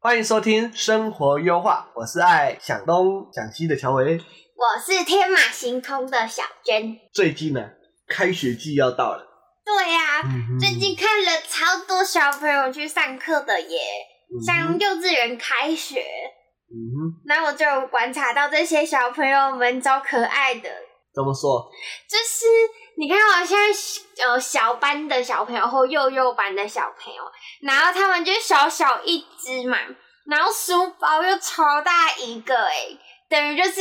欢迎收听《生活优化》，我是爱想东想西的乔维。我是天马行空的小娟。最近呢，开学季要到了，对呀、嗯最近看了超多小朋友去上课的耶，像嗯幼稚园开学，哼，那我就有观察到这些小朋友们超可爱的，怎么说？就是你看我现在呃小班的小朋友或幼幼班的小朋友，然后他们就小小一只嘛，然后书包又超大一个诶，等于就是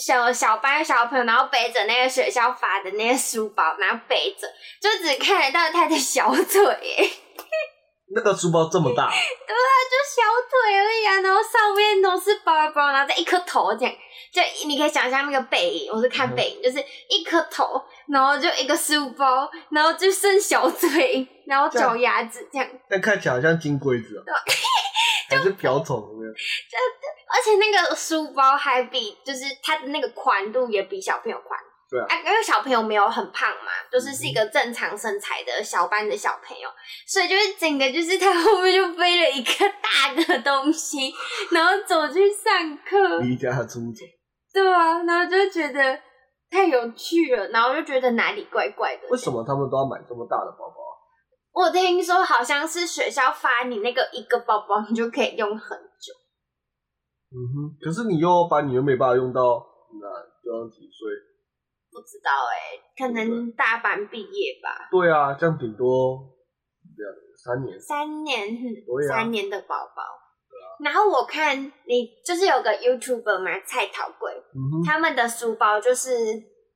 小小班小朋友，然后背着那个学校发的那个书包，然后背着，就只看得到他的小腿哎诶，那个书包这么 大，就小腿而已啊，然后上面都是包包，然后再一颗头这样，就你可以想象那个背影，我是嗯看背影，就是一颗头，然后就一个书包，然后就剩小腿，然啊后脚丫子这样，但看起来好像金龟 子、哦，还是瓢虫呢？而且那个书包还比就是它的那个宽度也比小朋友宽。对啊因为小朋友没有很胖嘛，就是是一个正常身材的小班的小朋友，所以就是整个就是他后面就背了一个大的东西，然后走去上课。离家出走。对啊，然后就觉得太有趣了，然后就觉得哪里怪怪的。为什么他们都要买这么大的包包啊？我听说好像是学校发你那个一个包包，你就可以用很久。嗯哼，可是你又把你又没办法用到，那就要几岁？不知道哎、可啊能大班毕业吧，对啊，这样顶多两三年。三年，嗯对啊啊三年的宝宝。然后我看你就是有个 YouTuber 嘛，蔡桃贵，嗯哼，他们的书包就是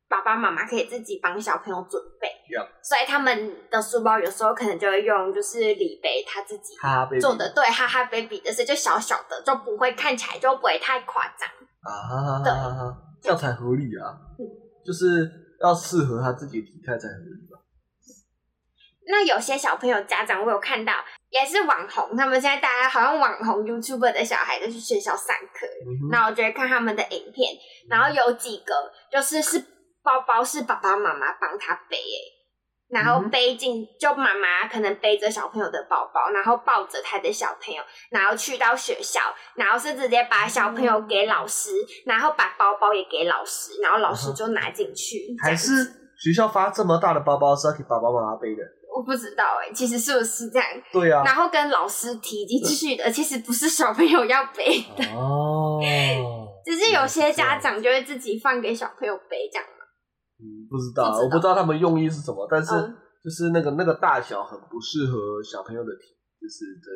爸爸妈妈可以自己帮小朋友准备 Yeah 所以他们的书包有时候可能就会用就是李贝他自己哈哈 baby 做的对，哈哈 baby 的是就小小的，就不会看起来就不会太夸张。啊，这样才合理啊，嗯就是要适合他自己的体态才合理吧。那有些小朋友家长，我有看到也是网红，他们现在大家好像网红 YouTuber 的小孩都去学校上课，嗯哼那我就会看他们的影片，然后有几个就是是包包是爸爸妈妈帮他背、欸。然后嗯背进，就妈妈可能背着小朋友的包包，然后抱着他的小朋友，然后去到学校，然后是直接把小朋哦友给老师，然后把包包也给老师，然后老师就拿进去。嗯这还样是学校发这么大的包包是要给爸爸妈妈背的？我不知道哎、欸，其实是不是这样？对啊。然后跟老师提进去的，其实不是小朋友要背，哦，只是有些家这样，长就会自己放给小朋友背这样嘛。嗯，不知道啊，不知道我不知道他们用意是什么，但是嗯就是那个那个大小很不适合小朋友的体，就是的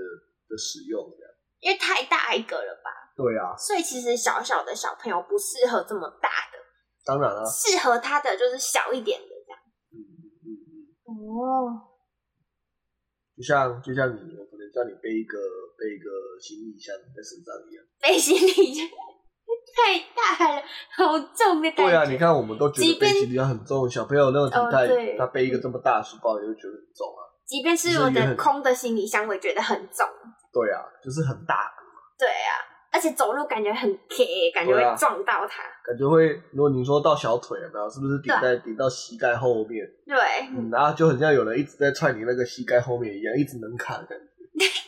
的使用这样。因为太大一个了吧，对啊，所以其实小小的小朋友不适合这么大的，当然啊，适合他的就是小一点的这样。嗯嗯嗯， 哦，就像就像你，我可能叫你背一个背一个行李箱在身上一样。背行李箱太大了，好重的感觉。对啊，你看我们都觉得即背便行李箱很重，小朋友那种体态，哦对他背一个这么大的书包也会觉得很重啊。即便是我的空的行李箱，我也觉得很重。对啊，就是很大，对啊，而且走路感觉很 K，感觉对啊会撞到它。感觉会，如果你说到小腿有没有，是不是顶在顶到膝盖后面？对， 嗯，然后就很像有人一直在踹你那个膝盖后面一样，一直能卡的感觉。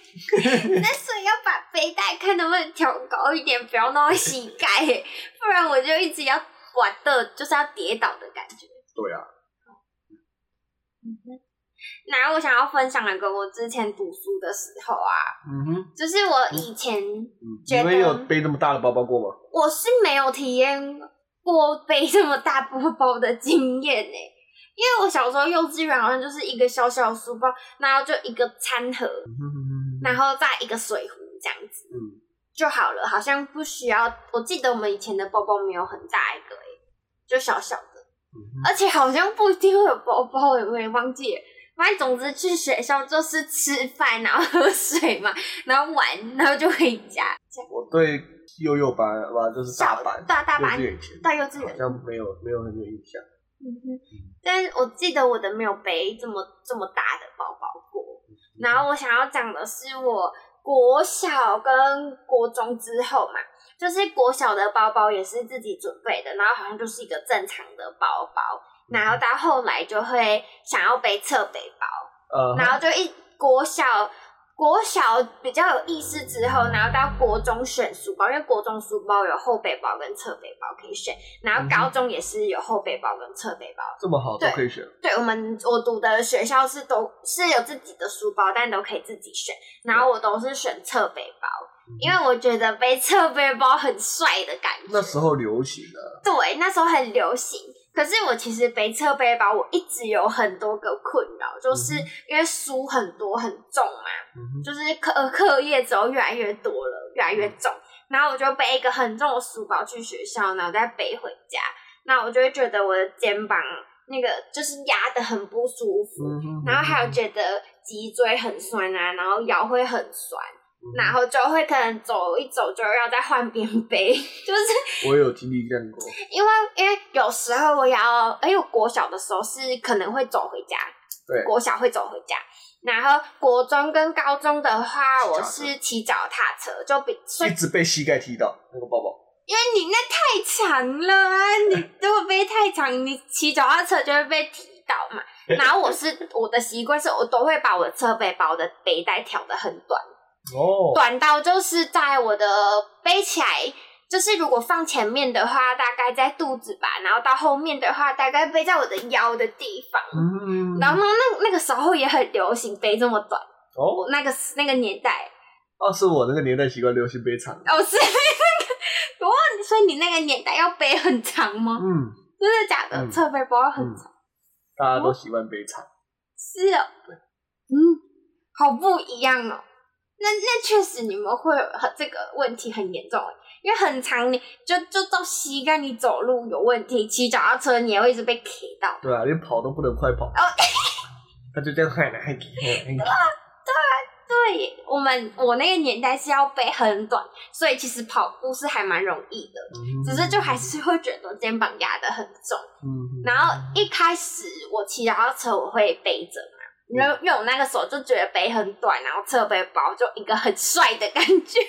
那所以要把背带看能不能调高一点，不要弄到膝盖， 不然我就一直要玩的，就是要跌倒的感觉。对啊，然后我想要分享两个我之前读书的时候啊，嗯哼，就是我以前嗯，觉你得们有背这么大的包包过吗？我是没有体验过背这么大包包的经验呢、因为我小时候幼稚园好像就是一个小小的书包，然后就一个餐盒，嗯哼嗯然哼后再一个水壶这样子。嗯，就好了，好像不需要。我记得我们以前的包包没有很大一个、欸，就小小的，嗯哼而且好像不一定会有包包，我也忘记了。反正总之去学校就是吃饭，然后喝水嘛，然后玩，然后就回家。我对幼幼班吧，就是大班，大大班幼稚园前到幼稚好园，像没有没有很有印象。嗯哼，但是我记得我的没有背这么这么大的包包过。嗯然后我想要讲的是，我国小跟国中之后嘛，就是国小的包包也是自己准备的，然后好像就是一个正常的包包。然后到后来就会想要背侧背包，呃，然后就一国小国小比较有意识之后，然后到国中选书包，因为国中书包有厚背包跟侧背包可以选，然后高中也是有厚背包跟侧背包。这么好都对可以选，对我们我读的学校是都是有自己的书包，但都可以自己选，然后我都是选侧背包，嗯因为我觉得背侧背包很帅的感觉。那时候流行的，对，那时候很流行。可是我其实背侧背包，我一直有很多个困扰，就是嗯因为书很多很重啊嗯嘛，哼就是课呃课业走越来越多了，越来嗯越重。然后我就背一个很重的书包去学校，然后再背回家，那我就会觉得我的肩膀那个就是压的很不舒服，嗯哼，然后还有觉得脊椎很酸啊，然后腰会很酸，嗯然后就会可能走一走就要再换边背， 就是我有经历这样过，因为因为有时候我也要，哎，我国小的时候是可能会走回家，对国小会走回家。然后国中跟高中的话，骑脚我踏车是骑脚踏车，就 比所以一直被膝盖踢到那个包包，因为你那太长了啊，你如果背太长，你骑脚踏车就会被踢到嘛。然后 我是我的习惯是我都会把我的侧背包的背带调的很短，哦，短到就是在我的背起来，就是如果放前面的话，大概在肚子吧，然后到后面的话，大概背在我的腰的地方。嗯，然后那那个时候也很流行背这么短，哦，我那个那个年代，哦，是我那个年代习惯流行背长，哦是那个， 哦，所以你那个年代要背很长吗？嗯，真的假的？嗯侧背包要很嗯长，大家都喜欢背长，是哦，嗯，好不一样哦。那那确实你们会有很这个问题很严重，欸因为很长你就就到膝盖，你走路有问题，骑脚踏车你也会一直被 K 到。对啊，连跑都不能快跑，哦，他就这样嗨来嗨去，嗨来嗨去对耶我们我那个年代是要背很短，所以其实跑步是还蛮容易的，嗯 只是就还是会觉得肩膀压得很重。嗯，然后一开始我骑脚踏车我会背着嘛，因嗯为因为我那个时候就觉得背很短，然后侧背包就一个很帅的感觉。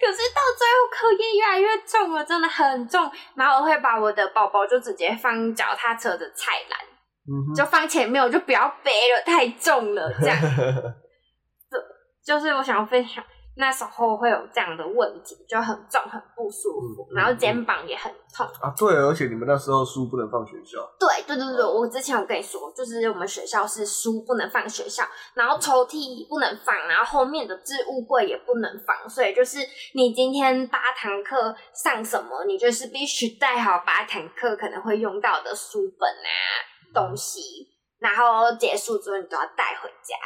可是到最后课业越来越重了，真的很重。然后我会把我的包包就直接放脚踏车的菜篮，嗯就放前面，我就不要背了，太重了。这样哼，就是我想要分享，那时候会有这样的问题，就很重，很不舒服，嗯然后嗯肩膀也很痛。 啊，对，而且你们那时候书不能放学校，对对对对，我之前有跟你说，就是我们学校是书不能放学校，然后抽屉不能放，然后后面的置物柜也不能放，所以就是你今天八堂课上什么，你就是必须带好八堂课可能会用到的书本啊东西，然后结束之后你都要带回家。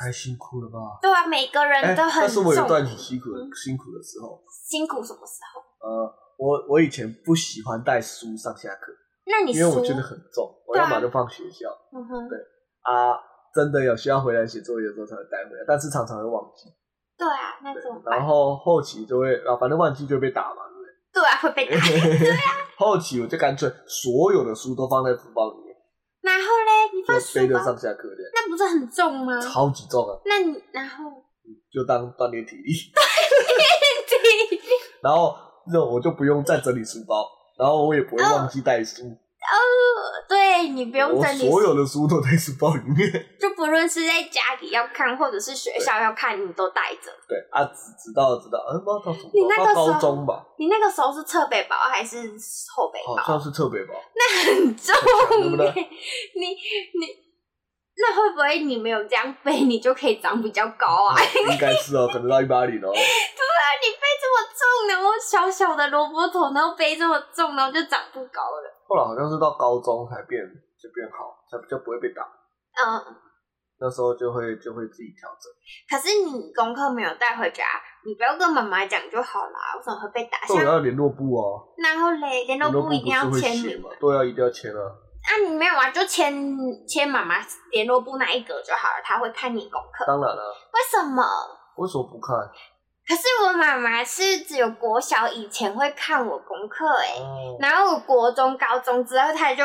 太辛苦了吧？对啊，每个人都很但哎是我有一重段很辛苦的嗯辛苦的时候，辛苦什么时候？呃，我我以前不喜欢带书上下课，那 你因为我书觉得很 重，我对要啊么就放学校嗯哼，啊，真的有需要回来写作业的时候才会带回来，但是常常会忘记，对啊，那对怎么，办然？后后期就会啊，反正忘记就会被 打嘛， 对不对？对啊，会被打。哎后期我就干脆所有的书都放在书包里面，然后嘞，你就放书背着包，上下课这样，那不是很重吗？超级重啊，那你然后就当锻炼体力。 对然后那我就不用再整理书包，然后我也不会忘记带书，哦， 对你不用我整理，所有的书都在书包里面。就不论是在家里要看，或者是学校要看，你都带着。对啊，直直到直到，嗯，不知道到什么你那到个时高候中吧，你那个时候是侧背包还是后背好包？像是特别吧。很重对不对耶！你你那会不会你没有这样背，你就可以长比较高啊？ 应该是哦，可能到一八零哦。啊，你背这么重，然后小小的萝卜头，然后背这么重，然后就长不高了。后来好像是到高中才变就变好，才比较不会被打。嗯，那时候就会就会自己调整。可是你功课没有带回家，你不要跟妈妈讲就好啦。为什么会被打？但我像要联络部哦，然后嘞，联络联络部部一定要不是会签写名嘛，对啊，一定要签啊。啊，啊，你没有啊，就签签妈妈联络簿那一格就好了，他会看你功课。当然了、为什么？为什么不看？可是我妈妈是只有国小以前会看我功课哎、哦，然后我国中、高中之后，他就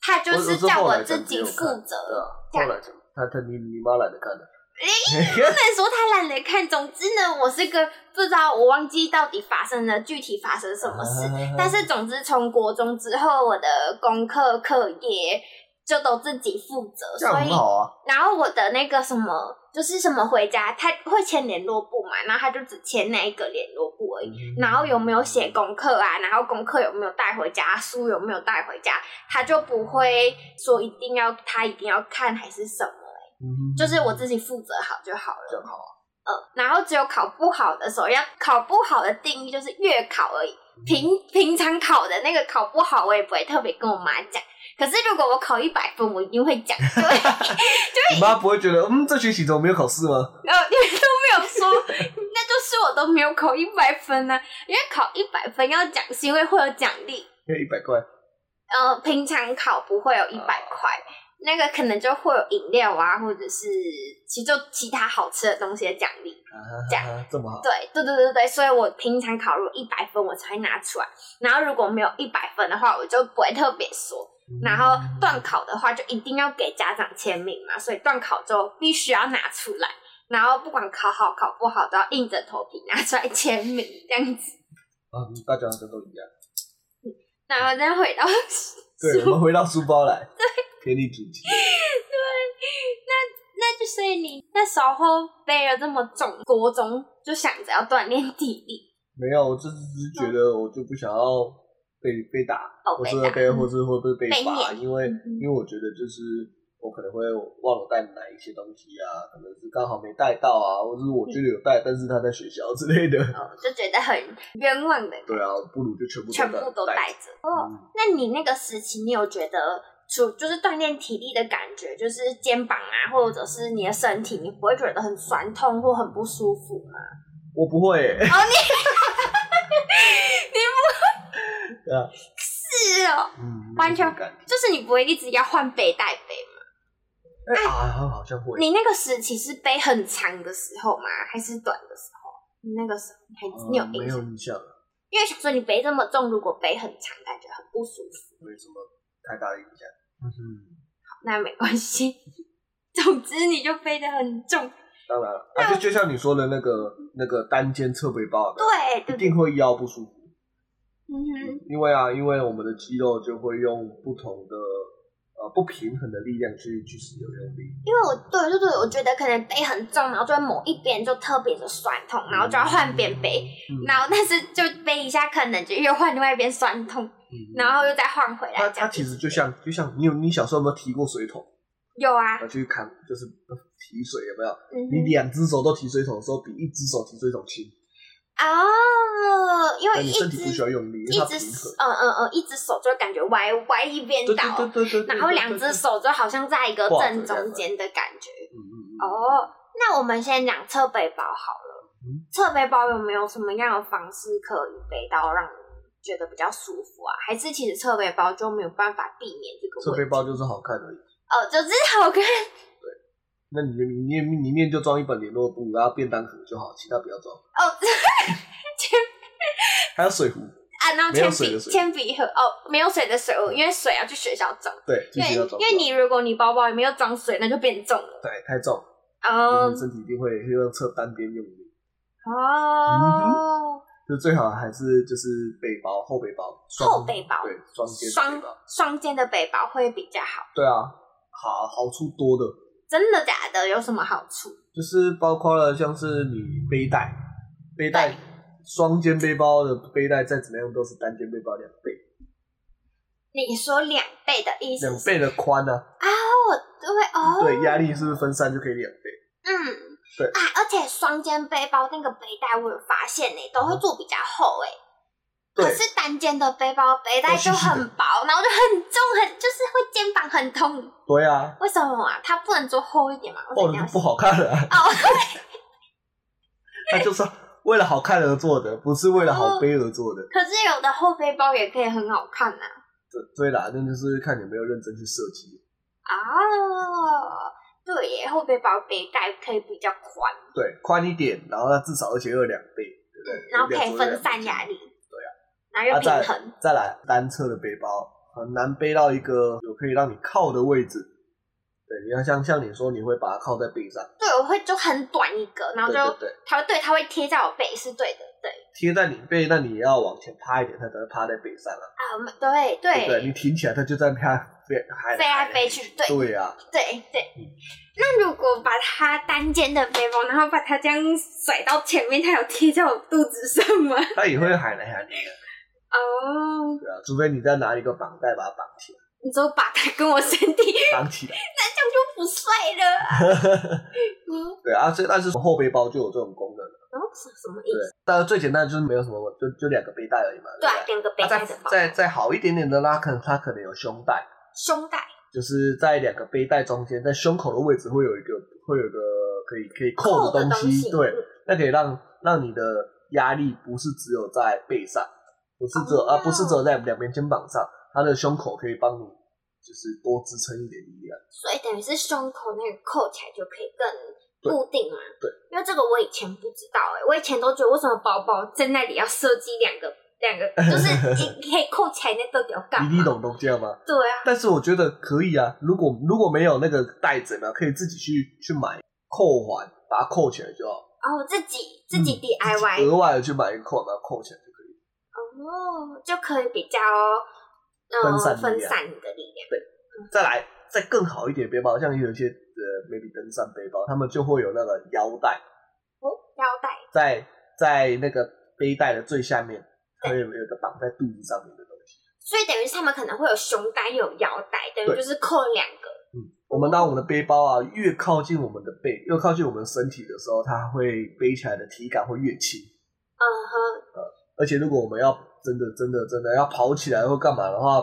他就是叫我自己负对责。啊，后来就他他你你妈懒得看不的，能说他懒得看，总之呢，我是个不知道，我忘记到底发生了具体发生什么事。啊但是总之，从国中之后，我的功课课业就都自己负责，这样所以很好啊，然后我的那个什么，就是什么回家，他会签联络簿嘛，然后他就只签那一个联络簿而已。然后有没有写功课啊？然后功课有没有带回家？书有没有带回家？他就不会说一定要他一定要看还是什么，嗯就是我自己负责好就好这了。样好啊，嗯，然后只有考不好的时候，要考不好的定义就是月考而已。平平常考的那个考不好，我也不会特别跟我妈讲。可是如果我考一百分，我一定会讲，就会你妈不会觉得嗯这学期怎么没有考试吗？然后你们呃都没有说，那就是我都没有考一百分呢、因为考一百分要奖是因为会有奖励，要一百块，呃，平常考不会有一百块，那个可能就会有饮料啊，或者是其实就其他好吃的东西的奖励。这啊，这么好，对对对对对，所以我平常考如果一百分我才会拿出来，然后如果没有一百分的话，我就不会特别说。然后嗯断考的话，就一定要给家长签名嘛，所以断考就必须要拿出来，然后不管考好考不好，都要硬着头皮拿出来签名这样子。啊，你大家好像都一样。然后再回到对，我们回到书包 来，偏离主题。那就所以你那时候背了这么重，国中就想着要锻炼体力，没有，我就是只是觉得我就不想要被被打，哦或嗯被是打被嗯或是会被被罚，念因为嗯因为我觉得就是我可能会忘了带哪一些东西啊，可能是刚好没带到啊，或者是我嗯觉得有带，但是他在学校之类的。哦，就觉得很冤枉的， 对啊，不如就全部全部都带带着。着。哦，嗯那你那个时期，你有觉得除就是锻炼体力的感觉，就是肩膀啊，或者是你的身体，你不会觉得很酸痛或很不舒服吗？我不会哦欸、是哦，嗯，完全没什么感觉。就是你不会一直要换背带背吗？哎、啊，好像会。你那个时期是背很长的时候吗？还是短的时候？你那个时候你还嗯你有没印有象？印象，因为想说你背这么重，如果背很长，感觉很不舒服。没什么太大的印象。嗯哼，那没关系， 总之你就背得很重。当然了，啊，就就像你说的那个那个单肩侧背包，有没有对，对一定会腰不舒服。嗯哼，因为啊，因为我们的肌肉就会用不同的呃不平衡的力量去去使用用力。因为我对对对，我觉得可能背很重，然后就会某一边就特别的酸痛，然后就要换边背，嗯然后但是就背一下，可能就又换另外一边酸痛，嗯然后又再换回来这它样子。它其实就像就像你有你小时候有没有提过水桶？有啊，啊，去扛就是提水有没有？嗯你哼，两只手都提水桶的时候，比一只手提水桶轻，哦，因那呃为你一身体只不需要用力，因为一它只平手衡。嗯嗯嗯，一只手就感觉歪歪一边对倒，对对对对对。然后对两只，手就好像在一个挂着正这样子中间的感觉。对对嗯嗯嗯，哦，那我们先讲侧背包好了嗯。侧背包有没有什么样的方式可以背到让你觉得比较舒服啊？还是其实侧背包就没有办法避免这个侧问背题？包就是好看而已。哦，就是好看。那你里面里面就装一本联络簿，然后便当盒就好，其他不要装。哦，还有水壶，啊，然后没有铅水的笔水铅笔盒哦，没有水的水壶，因为水要去学校装。对，啊继因为续要装。因为你如果你包包里面要装水，那就变重了。对太重，哦嗯，身体一定会会用侧单边用力，嗯哦，就最好还是就是背包后背包，双后背包对双肩的背双包，双肩的背包会比较好。对啊，好好处多的，真的假的？有什么好处？就是包括了像是你背带，背带对双肩背包的背带再怎么样都是单肩背包两倍，你说两倍的意思两是倍的宽呢、啊，啊，我对哦，对，压力是不是分散就可以两倍？嗯，对啊，而且双肩背包那个背带，我有发现呢、都会做比较厚哎、对可是单肩的背包背带都细就细的很薄，然后就很重，很就是会肩膀很痛。对啊，为什么啊？它不能做厚一点吗？厚为的什就么要哦不好看了、啊，哦， 它就是为了哦好看而做的，不是为了好背而做的。可是有的厚背包也可以很好看呐、啊对对啦，那就是看你有没有认真去设计。哦，对耶，会不会把背带可以比较宽，对，宽一点，然后它至少二且二两倍，对不对？嗯然后可以分散压力？对然后又平衡。啊、再来单侧的背包很难背到一个有可以让你靠的位置。对，你要像像你说，你会把它靠在背上，对，我会就很短一个，然后对就对对，它会对，它会贴在我背，是对的，对贴在你背，那你也要往前趴一点，它才会趴在背上啊，啊，对对不对？你挺起来，它就在趴飞，还飞来飞去，对对呀、啊，对对。那如果把它单肩的背包，然后把它这样甩到前面，它有贴在我肚子上 吗？它也会海南 海南，哦，对啊，除非你再拿一个绑带把它绑起来，你就把它跟我身体，绑起来。那这样就不帅 了啊。嗯，对啊，所以但是后背包就有这种功能了。然后什什么意对思？，但最简单的就是没有什么，就就两个背带而已嘛。对不啊，两个背啊带的包，再再再好一点点的啦，可能它可能有胸带，胸带就是在两个背带中间，在胸口的位置会有一个会有一个可以可以扣的东西，西，对嗯，那可以让让你的压力不是只有在背上，不是只有、哦啊不是只有在两边肩膀上，它的胸口可以帮你就是多支撑一点力量。所以等于是胸口那个扣起来就可以对更固定嘛。对，因为这个我以前不知道哎、我以前都觉得为什么包包在那里要设计两个两个， 就是你可以扣起来，那到底要干你你嘛？懂懂这样吗？对啊，但是我觉得可以啊，如果如果没有那个带子呢，可以自己去去买扣环，把它扣起来就好。然后我自己自己嗯自己 DIY 额外的去买一个扣，把它扣起来就可以。哦，就可以比较分呃散力量分散你的力量。再来，再更好一点的背包，像有一些呃，maybe 登山背包，他们就会有那个腰带，哦，腰带在在那个背带的最下面，它有有一个绑在肚子上面的东西。所以等于是他们可能会有胸带，又有腰带，等于对就是扣两个。嗯，我们当我们的背包啊越靠近我们的背，越靠近我们身体的时候，它会背起来的体感会越轻。嗯哼，而且如果我们要真的真的真的要跑起来或干嘛的话，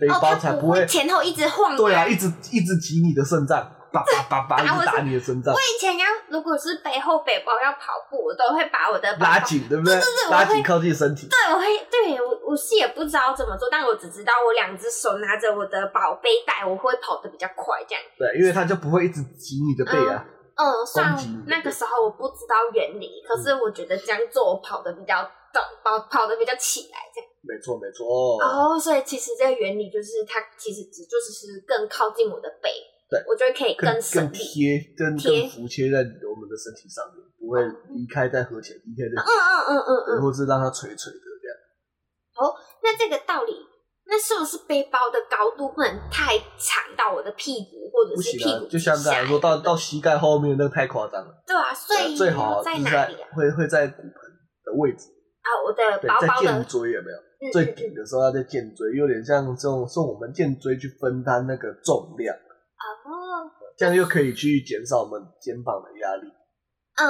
背哦，包才它不不会、前后一直晃。对啊，一直一直挤你的肾脏，叭叭叭 叭打一我直打啊是你的肾脏我，以前要如果是背后背包要跑步，我都会把我的包包拉。紧对不对啊对对？对拉我会紧靠近身体，对，我会对我我是也不知道怎么做，但我只知道我两只手拿着我的宝贝带，我会跑得比较快这样。对，因为它就不会一直挤你的背啊。嗯，虽然攻击你的那个时候我不知道原理，可是我觉得这样做我跑得比较动，跑跑得比较起来这样。没错没错，哦，所以其实这个原理就是它其实只就是更靠近我的背，对我觉得可以更省更力。贴更贴更服贴在你的我们的身体上面，不会离开再合起来，离开再合嗯嗯嗯嗯起来，嗯，或是让它垂垂的这样。那这个道理。那是不是背包的高度不能太长到我的屁股或者不是行屁股啊，之就下像刚才说到到膝盖后面那个太夸张了，对啊，所以最好在就是哪里啊？会会在骨盆的位置。啊，我的对，包在包的剑椎有没有？嗯最嗯顶的时候要在剑椎，有点像这种送我们剑椎去分担那个重量，哦，这样又可以去减少我们肩膀的压力，嗯，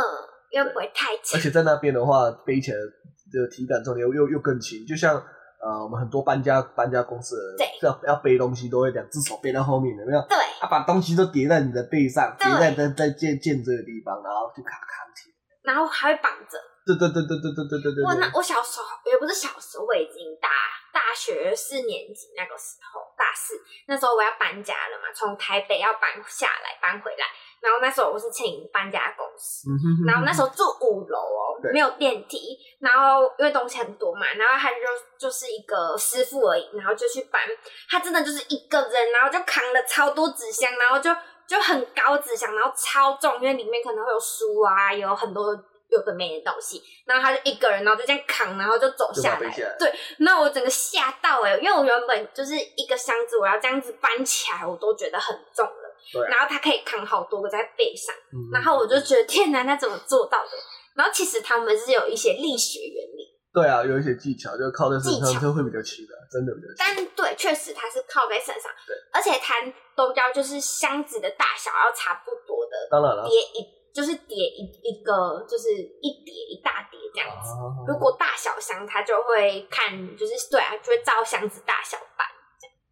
又不会太而长，且在那边的话，背起来的体感重量又又又更轻，就像。呃，我们很多搬家搬家公司的对人要要背东西，都会两只手背在后面，有没有？对，啊，把东西都叠在你的背上，对叠在在在剑剑椎的地方，然后就卡卡贴。然后还会绑着。对对对对对对对对对。我那我小时候也不是小时候，我已经大大学四年级那个时候，大四那时候我要搬家了嘛，从台北要搬下来搬回来，然后那时候我是请搬家公嗯司，哼哼然后那哼时候住五楼哦，对没有电梯，然后因为东西很多嘛，然后他就就是一个师傅而已，然后就去搬，他真的就是一个人，然后就扛了超多纸箱，然后就就很高纸箱，然后超重，因为里面可能会有书啊，有很多有的没的东西，然后他就一个人，然后就这样扛，然后就走就把下它背来，下来对，那我整个吓到哎、因为我原本就是一个箱子，我要这样子搬起来，我都觉得很重了，对啊然后他可以扛好多个在背上。嗯哼然后我就觉得天哪，他怎么做到的？然后其实他们是有一些力学原理，对啊，有一些技巧，就靠在身技巧上就会比较轻的，真的比较轻。但对，确实它是靠在身上，对，而且它都要就是箱子的大小要差不多的当然了，叠一，就是叠一一个，就是一叠一大叠这样子。啊如果大小箱，它就会看，就是对啊，就会照箱子大小摆，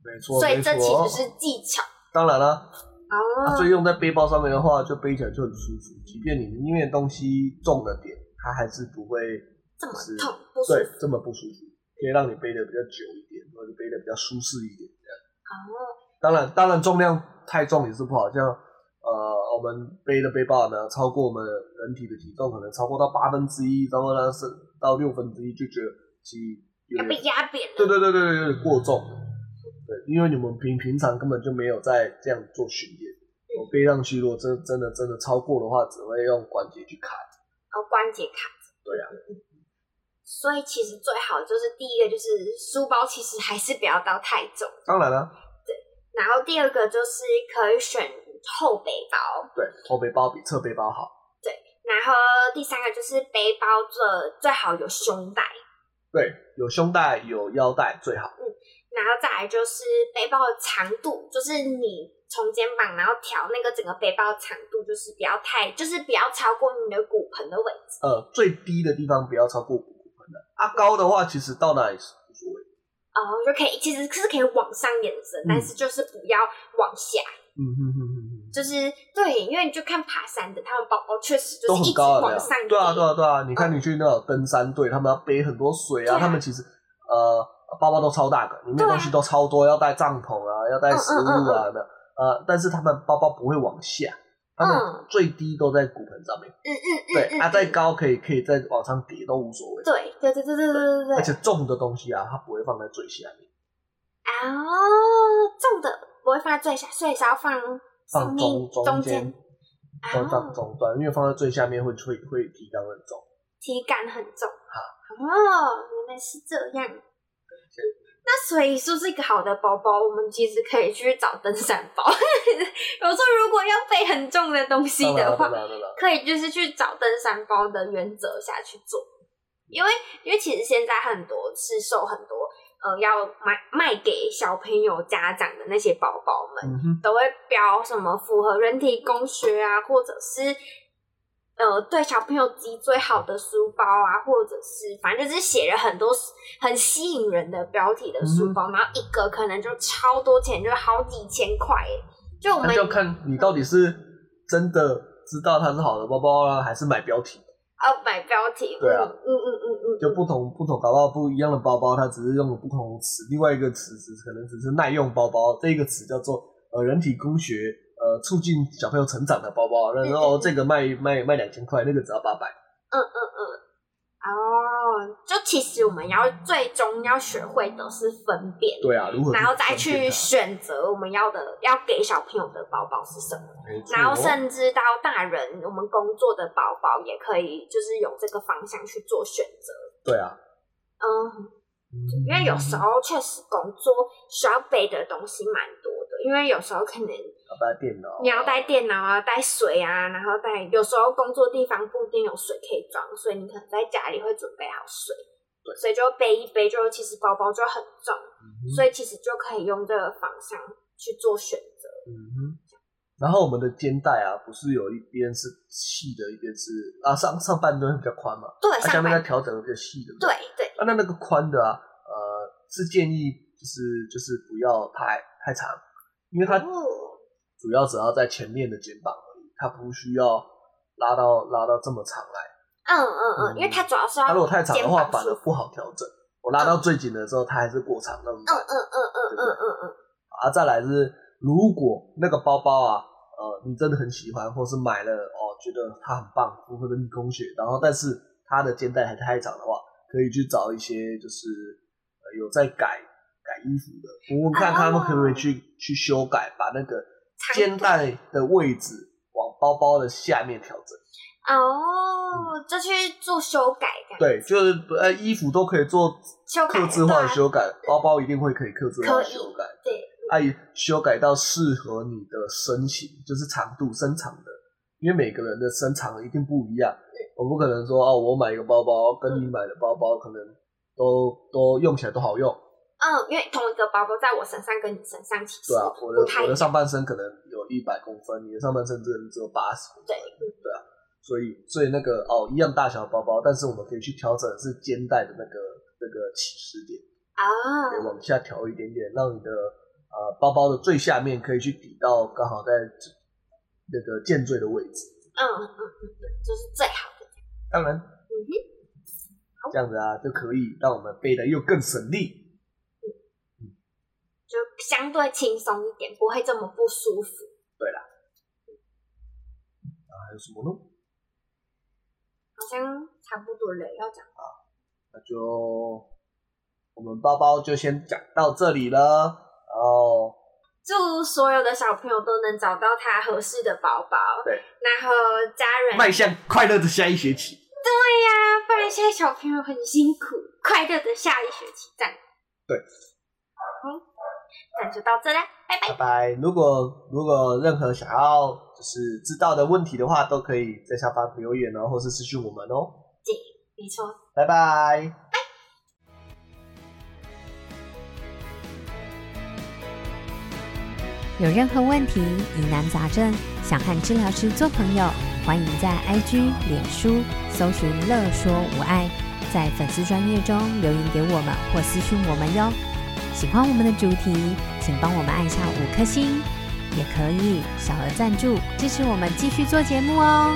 没错，所以这没其错实是技巧当然了、啊哦。所以用在背包上面的话，就背起来就很舒服，即便你里面的东西重了点，它还是不会这么是痛不舒对服，这么不舒服，可以让你背的比较久一点，后就背的比较舒适一点这样。哦，当然，当然重量太重也是不好，像呃我们背的背包呢，超过我们人体的体重，可能超过到八分之一，然后呢是到六分之一，就觉得其实有要被点压扁了。对对对对对，有点过重。对，因为你们平平常根本就没有在这样做训练，嗯我背上去如果真真的真的超过的话，只会用关节去卡。然后呃关节卡着。对啊嗯。嗯嗯所以其实最好就是第一个就是书包，其实还是不要到太重。当然了、然后第二个就是可以选后背包，对，后背包比侧背包好。然后第三个就是背包最最好有胸带，对，有胸带有腰带最好。然后再来就是背包的长度，就是你从肩膀然后调那个整个背包的长度，就是不要太，就是不要超过你的骨盆的位置。呃，最低的地方不要超过骨盆的。啊，高的话其实到哪里是无所谓。哦，就可以，其实是可以往上延伸，嗯但是就是不要往下，嗯哼哼哼哼，就是对，因为你就看爬山的，他们包包确实就都是一很直高啊，往上对啊，对啊，啊，对啊。你看你去那种登山队，他们要背很多水对啊，啊他们其实呃包包都超大个，里面对啊嗯东西都超多，要带帐篷啊，要带食物啊的。呃，但是他们包包不会往下，他嗯们最低都在骨盆上面。嗯嗯嗯，对，嗯啊，再嗯高可以可以再往上叠都无所谓。对对对对对对对对，而且重的东西啊，它不会放在最下面，啊、重的不会放在最下，所以是要放上放面中中间间，，放啊放中段，因为放在最下面会会会提纲很重。体感很重。哦，原来是这样。那所以说这个好的包包，我们其实可以去找登山 包。我说如果要背很重的东西当然的了，话当，然了当然了，可以就是去找登山包的原则下去做，因为因为其实现在很多市售很多呃要卖卖给小朋友家长的那些包包们，嗯哼，都会标什么符合人体工学啊，或者是呃对小朋友及最好的书包啊，或者是反正就是写了很多很吸引人的标题的书嗯包，然后一个可能就超多钱，就好几千块耶。就我们那就看你到底是真的知道它是好的包包啦，还是买标题，呃买标题，对啊嗯嗯嗯嗯嗯，就不同不同，搞不好不一样的包包，它只是用了不同的词，另外一个词只可能只是耐用包包，这一个词叫做呃人体工学。呃，促进小朋友成长的包包，然后这个卖卖卖两千块，那个只要八百，嗯嗯嗯，哦，就其实我们要最终要学会的是分辨，对啊，如何然后分再辨去它选择我们要的要给小朋友的包包是什么。没错然后甚至到大人，我们工作的宝宝也可以，就是有这个方向去做选择。对啊，嗯，因为有时候确实工作需要背的东西蛮多的，因为有时候可能要带电脑，你要带电脑啊、带水啊，然后带有时候工作地方不一定有水可以装，所以你可能在家里会准备好水，对所以就背一背，就其实包包就很重，嗯所以其实就可以用这个方向去做选择。嗯哼。然后我们的肩带啊，不是有一边是细的，一边是啊上上半段比较宽嘛，对，啊下上面再班调整比较细的。不对对，啊，那那个宽的啊，呃，是建议就是就是不要太太长，因为它哦主要只要在前面的肩膀而已，它不需要拉到拉到这么长来。嗯嗯嗯，因为它主要是要它如果太长的话，肩膀反舒而服不好调整。我拉到最紧的时候，它还是过长，那么嗯嗯嗯嗯嗯嗯嗯啊，再来是，如果那个包包啊，呃，你真的很喜欢，或是买了哦，觉得它很棒，符合人体工学，然后但是它的肩带还太长的话，可以去找一些就是、呃、有在改改衣服的，问问看他们可不可以去、哦去修改，把那个长肩带的位置往包包的下面调整。嗯，哦，就去做修改这样，对，就是呃，衣服都可以做修改刻字化的对啊修改，包包一定会可以刻字化的可以修改。对，它也修改到适合你的身形，就是长度、身长的，因为每个人的身长一定不一样。我不可能说哦，我买一个包包跟你买的包包可能都都用起来都好用，嗯，因为同一个包包在我身上跟你身上其实对啊，我不的太我一的样，上半身可能有一百公分，你的上半身只能只有八十公分，对啊，所以所以那个哦一样大小的包包，但是我们可以去调整的是肩带的那个那个起始点。啊可以，往下调一点点，让你的呃包包的最下面可以去抵到刚好在那个剑坠的位置。嗯嗯嗯嗯，就是最好的，当然，嗯哼，这样子啊就可以让我们背的又更省力。相对轻松一点，不会这么不舒服。啊还有什么呢？好像差不多了，要讲那就我们包包就先讲到这里了。然后祝所有的小朋友都能找到他合适的包包，对，然后家人迈向快乐的下一学期。对呀、不然现在小朋友很辛苦。快乐的下一学期，赞。对，好，那就到这啦，拜拜拜。拜。如果如果任何想要就是知道的问题的话，都可以在下方留言哦，或是私信我们哦。没错。拜拜。有任何问题、疑难杂症，想和治疗师做朋友，欢迎在 IG、脸书搜寻“乐说无爱”，在粉丝专页中留言给我们或私讯我们哟。喜欢我们的主题，请帮我们按下五颗星，也可以小额赞助支持我们继续做节目哦。